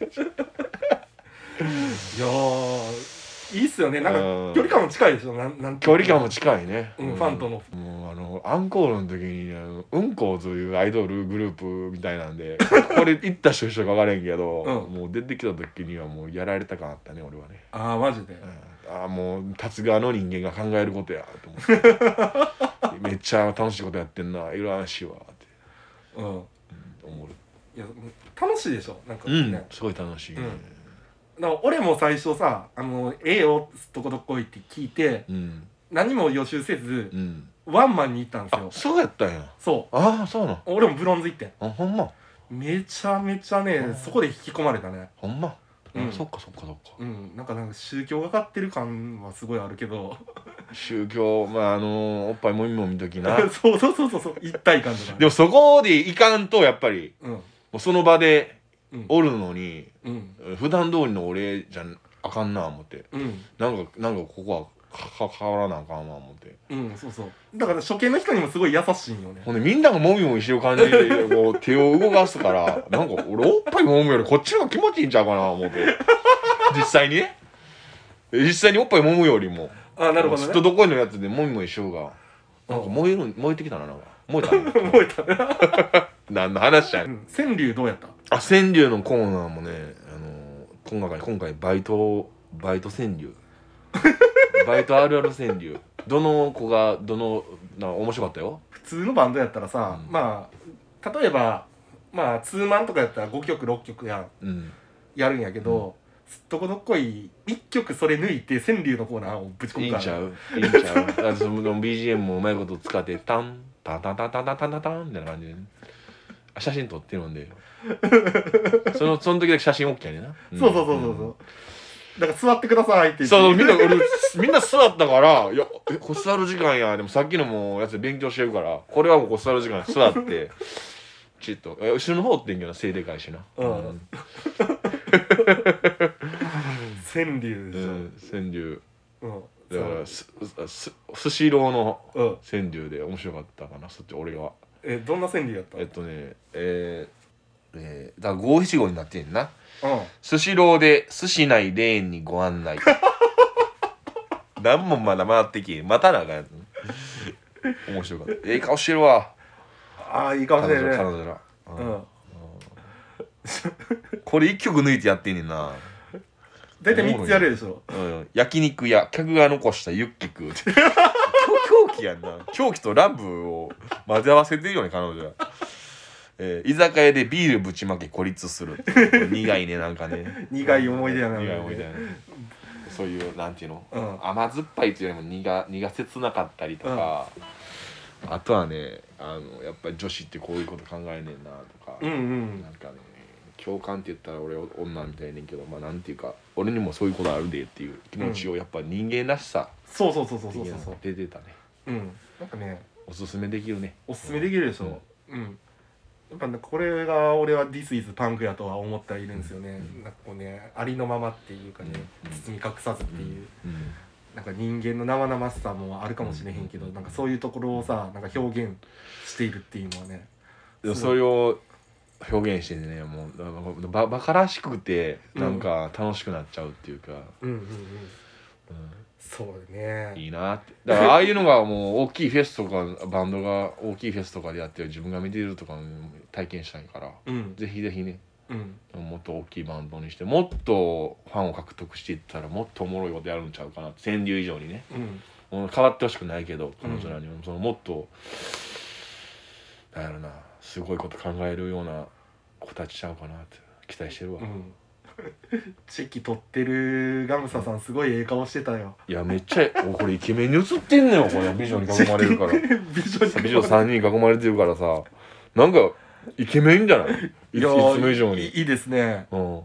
S2: やーいいっすよねなんか
S1: うん
S2: 距離感も近いでしょなんなんて
S1: 距離感も近いね、
S2: うんファンとの
S1: もうあのアンコールの時にあのうんこうというアイドルグループみたいなん でここで行った人しか分からへんけど、
S2: うん
S1: もう出てきた時にはもうやられた感あったね俺はね、
S2: ああマジで
S1: うんああもう立つ側の人間が考えることやと思 ってめっちゃ楽しいことやってんないろいろしいわって
S2: うん
S1: 思う
S2: いや楽しいでしょなんか
S1: う
S2: ね、
S1: ん、
S2: だか
S1: すごい楽しい、ね
S2: ら俺も最初さ「あのええよどこどこ行」って聞いて
S1: うん
S2: 何も予習せず
S1: うん、
S2: ワンマンに行ったんです
S1: あ
S2: よ
S1: そうやったんや
S2: そ
S1: ああそうなん
S2: う俺もブロンズ行ってん
S1: あほんま
S2: めちゃめちゃ
S1: う
S2: ね
S1: ん
S2: そこで引き込まれたね
S1: ほんま、
S2: うん
S1: あそっかそっかそっか
S2: うんなんかなんか宗教がかってる感はすごいあるけど
S1: 宗教まああのおっぱいもみもみの時 な
S2: そうそうそうそうそう一体感とかね
S1: でもそこでいかんとやっぱり
S2: うん
S1: もうその場で
S2: うん
S1: おるのに
S2: うん
S1: 普段通りの俺じゃあかんな思って
S2: うん
S1: なんかなんかここはかか変わらなあかんわ思って
S2: うんそうそうだから初見の人にもすごい優しいんよね
S1: ほんでみんながもみもみしてる感じで こう手を動かすからなんか俺おっぱいもむよりこっちの方が気持ちいいんちゃうかな思って実際にね実際におっぱいもむよりも
S2: あなるほ
S1: ず
S2: ど
S1: っと
S2: ね
S1: どこいのやつでもみもみしようがなんか燃える燃えてきたななんか燃え たな
S2: 覚えたね
S1: 何の話やねん
S2: うん川柳どうやった
S1: あ川柳のコーナーもね、あの今回今回バイトバイト川柳 バイトあるある川柳どの子がどのな面白かったよ
S2: 普通のバンドやったらさ、
S1: うん
S2: まあ例えばまあツーマンとかやったら5曲6曲やん
S1: うん
S2: やるんやけど、すっとこどっこい1曲それ抜いて川柳のコーナーをぶち込
S1: い
S2: む
S1: いん
S2: から
S1: ちゃういいんちゃうだってその BGM もうまいこと使ってタンタンタンタンタンタンタンタンタンみたいな感じで、ね、あ写真撮ってるんでそのその時だけ写真 OK やねんな、ん
S2: そうそうそうそうそう、だから座ってくださいって言って
S1: そうみんな俺みんな座ったから「いやえこれ座る時間や」でもさっきのもうやつで勉強してるからこれはもうこう座る時間や座ってちっとえ後ろの方って言うんけどな正でかいしな
S2: うん
S1: ん
S2: 川柳
S1: う
S2: でしょ、
S1: ん川柳
S2: うん
S1: だからすすスシローの
S2: そううん
S1: 川柳で面白かったかなそっち俺は
S2: えどんな川柳やった
S1: えっとねえーえーだから五七五になってんな
S2: うん
S1: スシローで寿司ないレーンにご案内 何問まだ回ってきえまたなあかんやつね面白かったええ顔してるわ
S2: ああいいかもし
S1: 彼
S2: れ
S1: 女
S2: な
S1: 彼
S2: いね
S1: 女ら、う
S2: うんん
S1: これ一曲抜いてやってんねんな、
S2: 大体3つやるでしょ
S1: うん、焼肉屋客が残したユッケ食うって狂狂気やんな狂気とラブを混ぜ合わせてるよね彼女らえー居酒屋でビールぶちまけ孤立するってこれ苦いねなんかね
S2: 苦い思い出やな
S1: 苦い思い出やなそういうなんていうの、
S2: うん
S1: 甘酸っぱいというよりも苦苦切なかったりとか、あとはねあのやっぱり女子ってこういうこと考えねえなとか、
S2: うんうん
S1: なんかね共感って言ったら俺女みたいねんけどまあなんていうか俺にもそういうことあるでっていう気持ちをやっぱ人間らしさ
S2: そうそうそうそう
S1: 的
S2: そう
S1: な
S2: そ
S1: の
S2: う
S1: が出てたね
S2: うんなんかね
S1: おすすめできるね
S2: おすすめできるでしょ、うんやっぱねこれが俺は「This is パンク」やとは思ってはいるんですよね、なんかこうねありのままっていうかね、
S1: うん
S2: 包み隠さずっていう、
S1: うん
S2: なんか人間の生々しさもあるかもしれへんけど、なんかそういうところをさなんか表現しているっていうのはね
S1: でもそれを表現してねもうだからばバカらしくてなんか楽しくなっちゃうっていうか、
S2: うんうんう
S1: う
S2: ん
S1: ん
S2: そうね
S1: いいなってだからああいうのがもう大きいフェスとかバンドが大きいフェスとかでやってる自分が見てるとかも体験したいから
S2: うん
S1: ぜひぜひね
S2: うん
S1: もっと大きいバンドにしてもっとファンを獲得していったらもっとおもろいことやるんちゃうかな川柳以上にね
S2: うん
S1: もう変わってほしくないけど彼女らにも、そのもっとなんやろなすごいこと考えるような子たちちゃうかなって期待してるわ、
S2: う
S1: い
S2: んチェキ取ってるガムサさんすごいええ顔してたよ
S1: やめっちゃえおこれイケメンに映ってんのよこれ美女に囲まれるから。
S2: 美女に
S1: 美女3人囲まれてるからさなんかイケメンじゃないいつい
S2: い
S1: つ
S2: や
S1: も以上
S2: い
S1: に、
S2: いいいですね
S1: うん、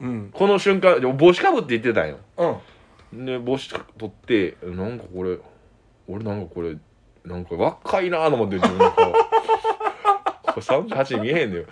S2: うん
S1: この瞬間で帽子かぶって言ってたんよ
S2: うん
S1: で帽子取ってえなんかこれ俺なんかこれ なんか若いなと思って自分の顔これ38見えへんのよ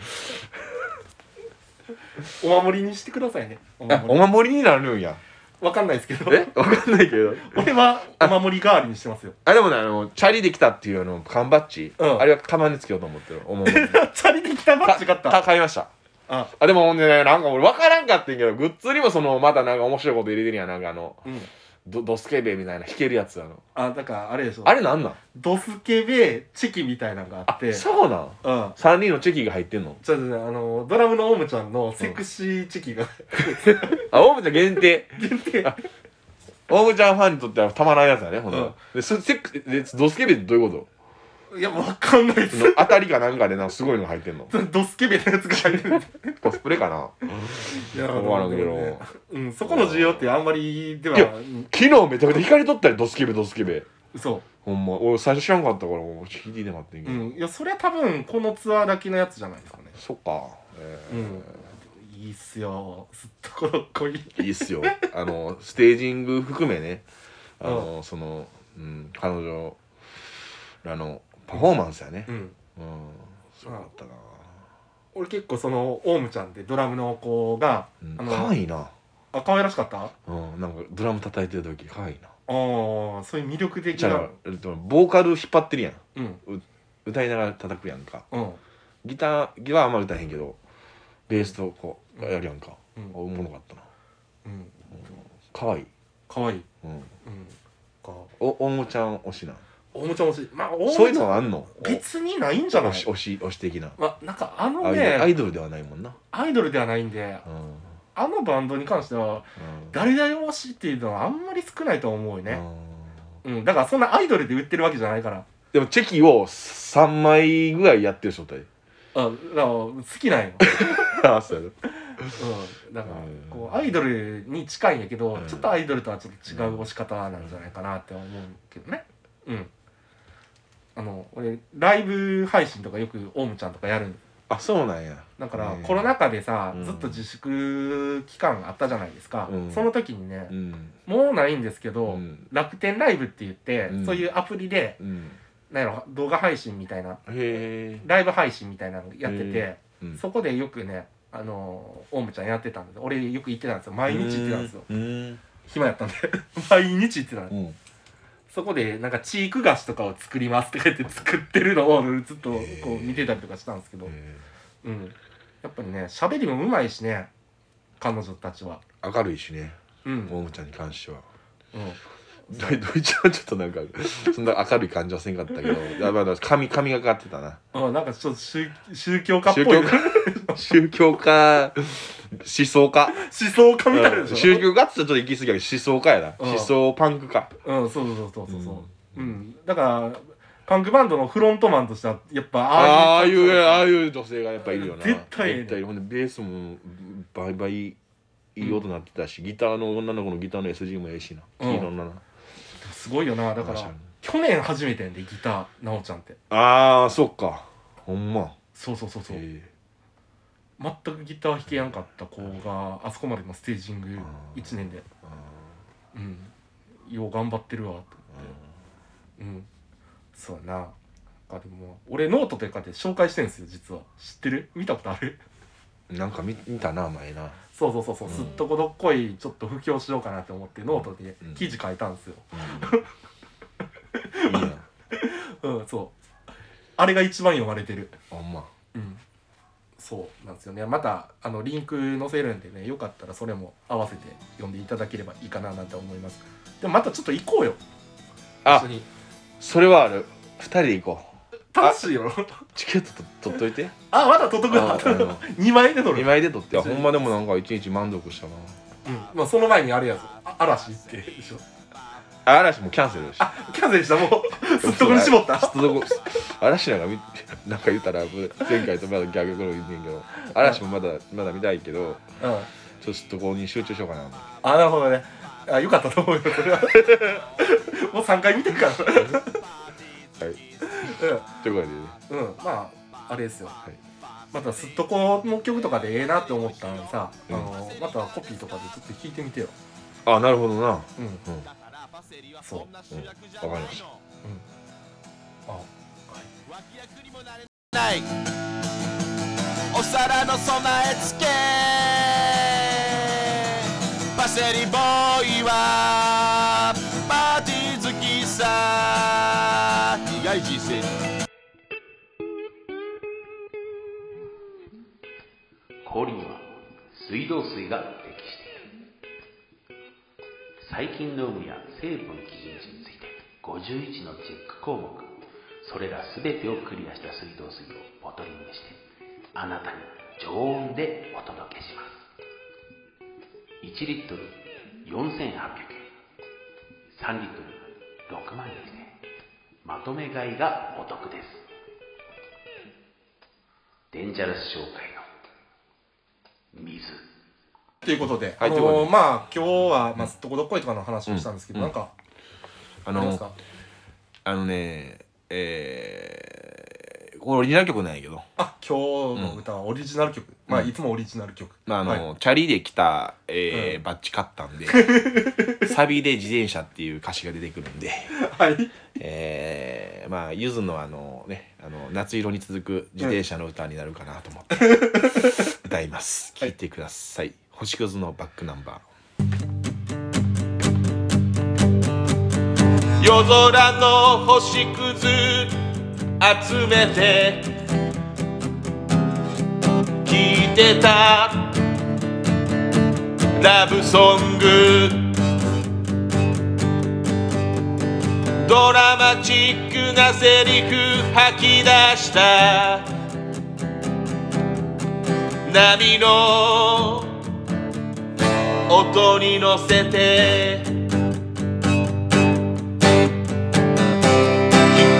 S2: お守りにしてくださいねお
S1: あお
S2: 守り
S1: 守りになるんや
S2: わかんないですけど
S1: えわかんないけど
S2: 俺はお守り代わりにしてますよ
S1: あでもねあのチャリで来たっていうあの缶バッジ、
S2: うん
S1: あれはカバンにつけようと思ってるお 守りに
S2: チャリで来たバッジ買った
S1: か買いました
S2: あ
S1: あでもねなんか俺分からんかってんけどグッズにもそのまたなんか面白いこと入れてるやんなんかあの
S2: うん
S1: ドドスケベみたいな弾けるやつあの
S2: あだからあれでしょ
S1: あれなんなん
S2: ドスケベチキみたいなのがあ
S1: あ
S2: って
S1: そうなん
S2: うん
S1: 3人のチェキが入ってんの
S2: ちょっとねあのドラムのオウムちゃんのセクシーチキが、
S1: あオウムちゃん限定
S2: 限定
S1: オウムちゃんファンにとってはたまらんやつだねほんなら
S2: うん
S1: でそセックでドスケベってどういうこ
S2: いやわかんないで
S1: と
S2: す
S1: その当たりかなんかでなんかすごいの入ってんの
S2: ドスケベのやつが入っ てる
S1: コスプレかない
S2: や
S1: わからんけど
S2: ねうん、そこの需要ってあんまりでは、
S1: いや
S2: うん
S1: 昨日めちゃくちゃ光とったりドスケベドスケベ
S2: そ
S1: ほんま俺最初知らんかったからもう CD で待ってん
S2: う、
S1: けど、
S2: うん、いやそれは多分このツアーだけのやつじゃないですかね
S1: そっか、え
S2: うんいいっすよすっとこどっこいい
S1: ーいいっすよあのステージング含めねあの、その、うん、彼女らのパフォーマンスやね
S2: うん
S1: うん、すごかったな
S2: 俺結構そのオウムちゃんってドラムの子が、
S1: うん可
S2: あの
S1: 愛いな
S2: あ可愛らしかったあ
S1: うんなんかドラム叩いてる時可愛いな
S2: ーそういう魅力的
S1: じゃ
S2: な
S1: あえっとボーカル引っ張ってるやん
S2: うん
S1: 歌いながら叩くやんか
S2: うん
S1: ギターギターはあんま歌えへんけどベースとこうやるやんか、
S2: うん
S1: おもろかったな
S2: うん
S1: 可愛い、
S2: 可愛い
S1: うん、
S2: うんか
S1: おおもちゃん推しな
S2: オウムちゃん欲しいまあオウムちゃ
S1: そ
S2: ん
S1: ういうのはあんの
S2: 別にないんじゃない
S1: 推し推し推し的な
S2: まあなんかあ
S1: ア
S2: の
S1: イドルア
S2: ね
S1: イドルではないもんな
S2: アイドルではないんで
S1: うんうん
S2: あのバンドに関しては誰々推しっていうのはあんまり少ないと思うよ
S1: う
S2: ね、
S1: ん
S2: うん、だからそんなアイドルで売ってるわけじゃないから
S1: でもチェキを3枚ぐらいやってる状態
S2: あだから好きなんよ
S1: あそうやろ
S2: うん、だから
S1: うん
S2: こうアイドルに近いんやけど、
S1: うん
S2: ちょっとアイドルとはちょっと違う押し方なんじゃないかなって思うけどねうんあの俺ライブ配信とかよくオウムちゃんとかやるん
S1: あそうなんや
S2: だから
S1: うん
S2: コロナ禍でさ、
S1: うん
S2: ずっと自粛期間あったじゃないですか、
S1: うん
S2: その時にね
S1: う、ん
S2: もうないんですけど、
S1: うん
S2: 楽天ライブって言って、
S1: うん
S2: そういうアプリで
S1: うん
S2: なんやろ動画配信みたいな
S1: へえ
S2: ライブ配信みたいなのやってて、
S1: へうん
S2: そこでよくねあのーオウムちゃんやってたんで俺よく行ってたんですよ毎日行ってたんですよ
S1: うん
S2: 暇やったんで 毎日行ってたんで
S1: うん
S2: すそこでなんかチーク菓子とかを作りますとか言って作ってるのをずっと
S1: へ
S2: こう
S1: ー
S2: 見てたりとかしたんですけど
S1: へ
S2: うんやっぱりね喋りもうまいしね彼女たちは
S1: ー明るいしね
S2: うん、うん、
S1: ももちゃんに関してはど いどいちゃんはちょっとなんかそんな明るい感じはせんかったけどいやまだ髪髪がかかって たな
S2: うん、なんかちょっと宗宗教家っぽ
S1: 宗
S2: い
S1: 教家宗教家思想家
S2: 思想家みたいなでしょ
S1: 宗教家っつったらちょっと行き過ぎやけど思想家やな
S2: うん
S1: 思想パンクか
S2: うんそうそうそうそうそううん、だからパンクバンドのフロントマンとしてはやっぱ
S1: ああ
S2: ああ
S1: い
S2: いう
S1: うああいう女性がやっぱいるよな
S2: 絶対
S1: ほんでベースもバイバイいい音なってたしギターの女の子のギターの SG もええしな
S2: うん
S1: 黄色のな
S2: すごいよなだから
S1: 確かに
S2: 去年初めてやんでギターなおちゃんって
S1: ああそっかほんま
S2: そうそうそうそう、
S1: え
S2: 全くギター弾けやんかった子があそこまでのステージング
S1: ん
S2: 1年で
S1: えあ
S2: うんよう頑張ってるわと
S1: ー
S2: うんそうやなあでも俺ノートというかで紹介してんすよ実は知ってる見たことある
S1: うんなんか見見たな前な
S2: そうそうそうそう、
S1: うん
S2: すっとこどっこいちょっと布教しようかなって思ってノートで
S1: うん
S2: 記事書いたんですよ
S1: うんいいな
S2: うん、そうあれが一番読まれてる
S1: ほんま
S2: うんそうなんですよねまたあのリンク載せるんでねよかったらそれも合わせて読んでいただければいいかななんて思いますでもまたちょっと行こうよ
S1: あ
S2: 一緒に
S1: それはある2人で行こ
S2: 楽しいよ
S1: うチケットと取っとい て
S2: あまだ届くな
S1: あうん
S2: 2枚で取
S1: 2
S2: る、
S1: 枚で取っていやほんまでもなんか一日満足したな
S2: うんまあ、その前にあれやぞあ嵐ってでしょ
S1: あ嵐もキャンセルでし
S2: キャンセルしたもう すっとこに絞った
S1: すっとこ嵐なんか見なんか言ったら前回とまだ逆頃言ってんけど嵐もまだまだ見たいけど
S2: う
S1: ち
S2: ん
S1: ょっとすっとこに集中しようかな
S2: あなるほどねあよかったと思うよそ れはもう3回見てるから
S1: はいということでね
S2: うん、うん、まああれですよ、
S1: い
S2: またすっとこの曲とかでええなって思ったのにさ、
S1: うん
S2: あのまたコピーとかでちょっと聴いてみてよ
S1: あなるほどなう
S2: うん
S1: んうん
S2: そう
S1: わかりました
S2: あはい
S3: ないお皿の備え付けセリボーイはパーティー好きさ苦い人生に
S4: 氷には水道水が適している細菌の有無や成分基準値について51のチェック項目それら全てをクリアした水道水をボトリングしてあなたに常温でお届けします1リットル4800円3リットル6万円まとめ買いがお得ですデンジャラス商会の水
S2: ということで、
S1: はい
S2: あ
S1: ということ
S2: のー
S1: で
S2: まあ今日は、まあ、どこどっこいとかの話をしたんですけど、なんか、
S1: あ
S2: ありますか
S1: のあのねえー、これオリジナル曲なんやけど
S2: あ今日の歌はオリジナル曲、まあいつもオリジナル曲、
S1: まああの、
S2: はい
S1: チャリで来た、えー
S2: うん
S1: バッジ買ったんでサビで自転車っていう歌詞が出てくるんで
S2: はい
S1: えー、まあゆずのあのねあの夏色に続く自転車の歌になるかなと思 って、歌います聴いてください「星屑のバックナンバー」
S3: 夜空の星屑集めて聞いてたラブソングドラマチックなセリフ吐き出した波の音に乗せて聞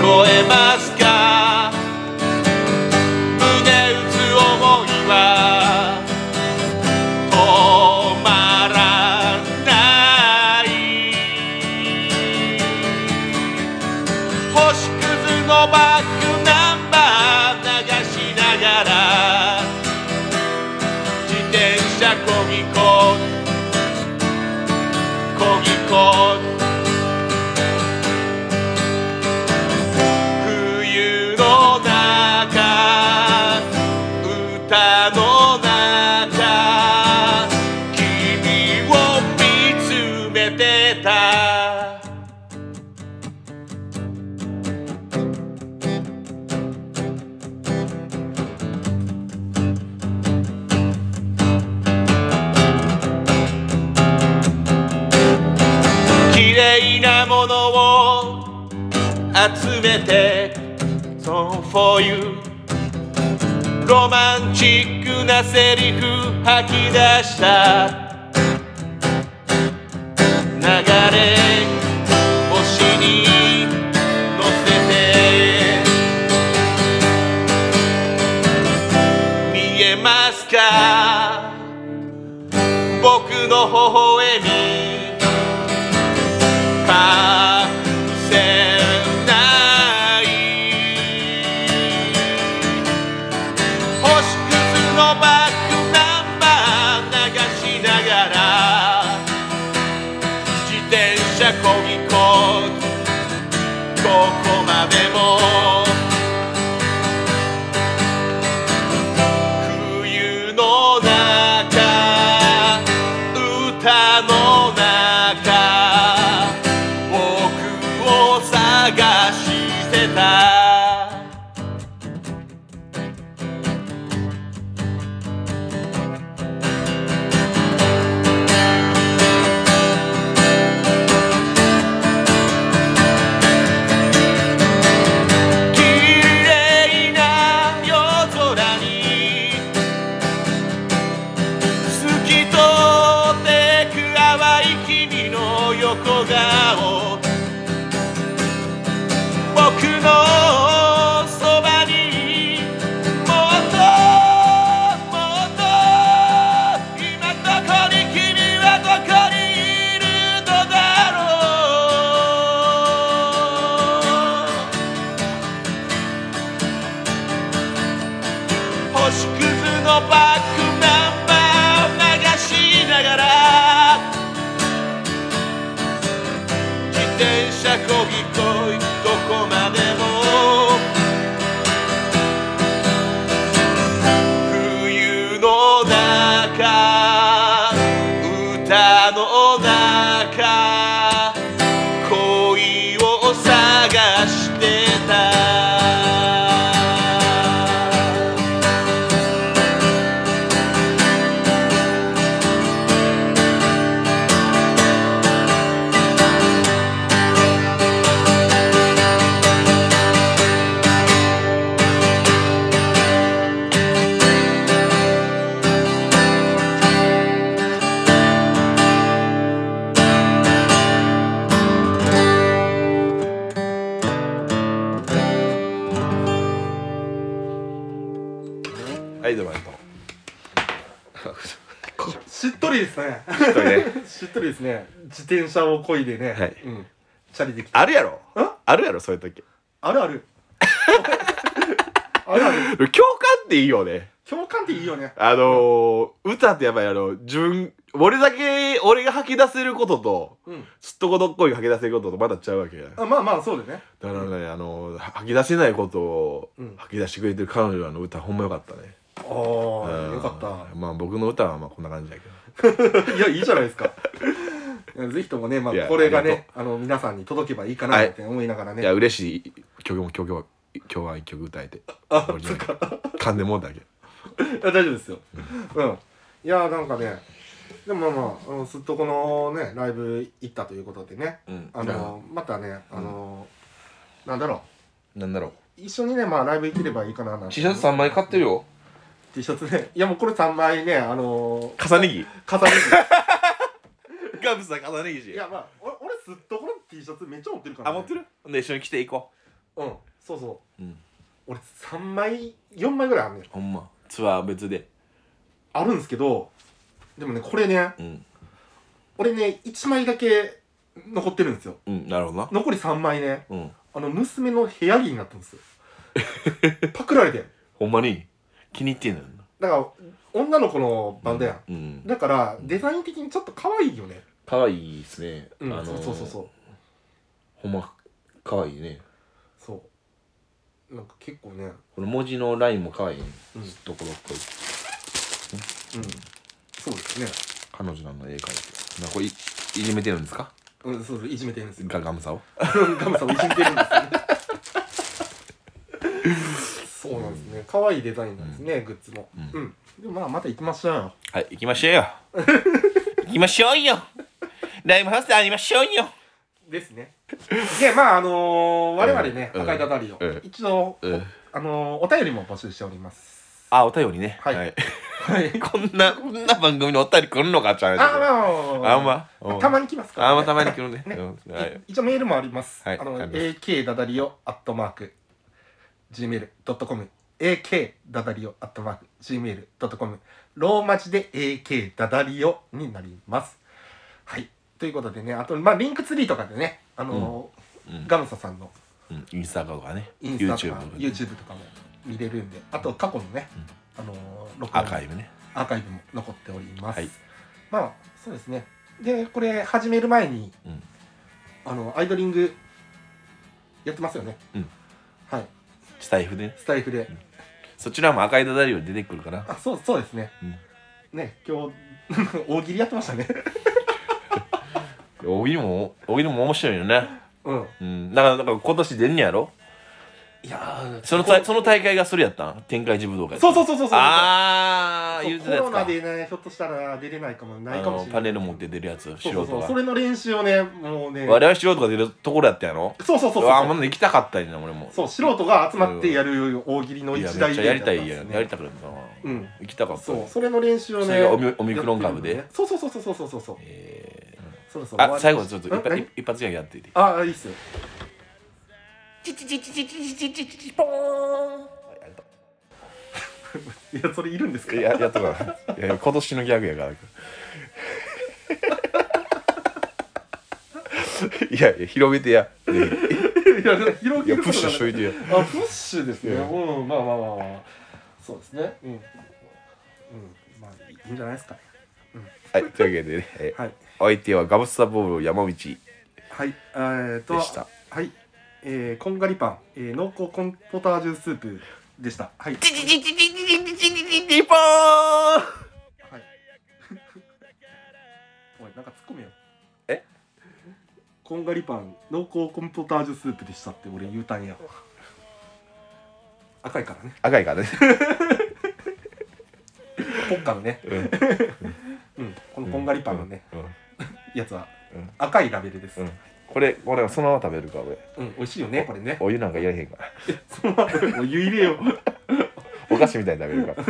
S3: こえますか胸打つ想いは止まらない星屑のバックナンバー流しながら自転車こぎここぎこ冬の中歌の中君を見つめてた綺麗なものを集めて Song for you ロマンチックなセリフ吐き出した流れ星に乗せて見えますか僕の微笑み隠せない星屑のバックナンバー流しながら自転車こぎこここまでも冬の中歌の中僕を探してた綺麗な夜空に透き通ってく淡い君の横顔僕のそばにもっともっと今どこに君はどこにいるのだろう星屑のバックナンバーを流しながら自転車こぎこいどこまでも冬の中歌の
S1: はいどうもありがとう
S2: しっとりですね
S1: 一人ね
S2: しっとりですね自転車をこいでね、
S1: はい
S2: うん、チャリできた
S1: あるやろ
S2: ん
S1: あるやろそういう時
S2: ある あるあるある
S1: 共感っていいよね
S2: 共感っていいよね
S1: あのー、歌ってやっぱりあの自分俺だけ俺が吐き出せることと
S2: うん
S1: すっとこどっこい吐き出せることとまだちゃうわけやだか
S2: あまあまあそうだね
S1: らねあのー吐き出せないことを
S2: うん
S1: 吐き出してくれてる彼女らの歌ほんまよかったね
S2: ああ
S1: うん
S2: よかっ
S1: まあ僕の歌はまあこんな感じだけど
S2: たいやいいじゃないですかいやぜひともね、まあ
S1: いや、
S2: これが
S1: あり
S2: ねあの皆さんに届けばいいかなって思いながらね、
S1: いや嬉しい曲も曲は今日は一曲歌えて
S2: あ
S1: 俺
S2: そっか
S1: 噛んでもうだけ
S2: いや大丈夫ですよ。うん。いやなんかね、でもまあまああのずっとこのねライブ行ったということでね、
S1: うん
S2: あのまたねあの、なんだろ
S1: なんだろ
S2: う一緒にねまあライブ行ければいいかななんて。
S1: 3枚買ってるよ
S2: T シャツね。いやもうこれ三枚ねあの
S1: 重ね着
S2: 飾り。
S1: ガブさん重ね着 し
S2: いやまあ俺俺ずっとこの T シャツめっちゃ持ってるから、
S1: あ持って。るほんで一緒に来ていこ
S2: うん。そうそう。
S1: ううん
S2: 俺三枚四枚ぐらいあるね。
S1: ほんまツアー別で
S2: あるんですけど、でもねこれね
S1: うん
S2: 俺ね一枚だけ残ってるんですよ。
S1: うんなるほどな
S2: 残り三枚ね。
S1: うん
S2: あの娘の部屋着になったんですよパクられてん
S1: ほんまに気に入ってんのよな
S2: だから女の子のバンドや
S1: う
S2: ん、
S1: ん
S2: だからデザイン的にちょっと可愛いよね
S1: 可愛いですね
S2: うん、そうそうそうそう
S1: ほんま可愛いね
S2: そうなんか結構ね
S1: この文字のラインも可愛いね
S2: うん
S1: ずっところっこい
S2: うんそうですね
S1: 彼女らの絵描いてなこれいいじめてるんですか
S2: うんそうそういじめてるんですよ
S1: ガガムさを
S2: ガムさんもいじめてるんですよねそうなんですね可愛いデザインなんですね、グッズもう、
S1: うん
S2: でもまあまた行きましょうよ
S1: はい行きましょうよ行きましょうよライブハウスで会いましょうよ
S2: ですねでまああのー、我々ね、
S1: うん
S2: 赤いダダリを、
S1: うん
S2: 一応、
S1: うん
S2: あのー、お便りも募集しております
S1: あお便りね
S2: はいはい
S1: こんなこんな番組のお便り来るのかちゃ
S2: あ
S1: う
S2: まあ
S1: あ
S2: まあ
S1: あんまうん
S2: たまに来ますから、
S1: あまたまに来るね
S2: ね
S1: うんはい
S2: い一応メールもあります、
S1: はい
S2: あの
S1: あり
S2: AK ダダリオアットマーク Gmail.com AK ダダリオアットマーク Gmail.com ローマ字で AK ダダリオになりますはいということでねあとまあリンクツリーとかでねあのー
S1: うん
S2: ガムサさんの
S1: うんインスタとかね
S2: インスタと
S1: YouTube と
S2: か
S1: か
S2: YouTube とかも見れるんであと過去のね、あのー録
S1: ア
S2: 音
S1: ーカイブね
S2: アーカイブも残っております、
S1: はい
S2: まあそうですねでこれ始める前に
S1: うん
S2: あのアイドリングやってますよね
S1: うん
S2: はい
S1: スタイフでね
S2: スタイフで、
S1: そちらも赤いダダリオで出てくるから
S2: あそうそうですね、ね今日 大喜利やってましたね
S1: 大喜利も大喜利も面白いよね
S2: うん
S1: うんだからなんか今年出んねやろ
S2: いやー
S1: その大その大会がそれやったん展開児武道会
S2: そう
S1: う
S2: そうそうそうそう
S1: ああ
S2: そう
S1: 言うて
S2: コ
S1: たや
S2: ロ
S1: つ
S2: ナ
S1: か
S2: でねひょっとしたら出れないかも
S1: あ
S2: ないかも
S1: の
S2: しれない
S1: パネル持って出るやつ素
S2: そうそ
S1: 人
S2: うそう
S1: が
S2: それの練習をねもうね
S1: 我々素人が出るところやったやろ
S2: そうそうそう
S1: うわあも
S2: そうう
S1: 行きたかったんや俺も
S2: そう素人が集まってやる大喜利の
S1: いや
S2: 一
S1: め
S2: 大
S1: っ
S2: イ
S1: ちゃ
S2: ベ
S1: や
S2: ン
S1: り
S2: ト
S1: た
S2: だったん
S1: い
S2: で
S1: や
S2: すね
S1: やりたくなったな
S2: うん
S1: 行きたかった
S2: そう、それの練習をね。
S1: それがオミオミクロン株で
S2: やってるんよねそうそうそうそうそうそうそう。
S1: え
S2: そろそろ
S1: ーあ最後ちょっと一
S2: ん何
S1: 発一発ギャグやっていて
S2: ああ、いいっすよ。いや、それいるんですか。
S1: ややっとかないや今年のギャグやからいやいや広めてや
S2: いや、広
S1: い
S2: げ
S1: やプ
S2: るこ
S1: ッ
S2: と
S1: シュしとい
S2: が
S1: てや
S2: ない。あ、プッシュですね。
S1: いや
S2: うん、まあまあまあまあ。そうですね。うん。うん、まあ、いいんじゃないですかね。
S1: はいというわけでね、えー
S2: はい。
S1: お相手はガブスタボール山道
S2: はい、えー、と。
S1: でした
S2: はい。えー、こんがりパン、えー、濃厚コンポタージュスープでした。はい。はい。 おい、なんか突っ込めよ。
S1: え
S2: こんがりパン、濃厚コンポタージュスープでしたって俺言うたんや。 赤いからね。
S1: 赤いからね
S2: ポッカの ね。
S1: うん
S2: うん。このこんがりパンのね、
S1: うんうん
S2: やつは
S1: うん
S2: 赤いラベルです。
S1: う
S2: うんん、
S1: これこれそのまま食べるか俺
S2: 美味しいよね、これね。
S1: お湯なんかいらへんから
S2: その後、お湯入れよう。
S1: お菓子みたいに食べるから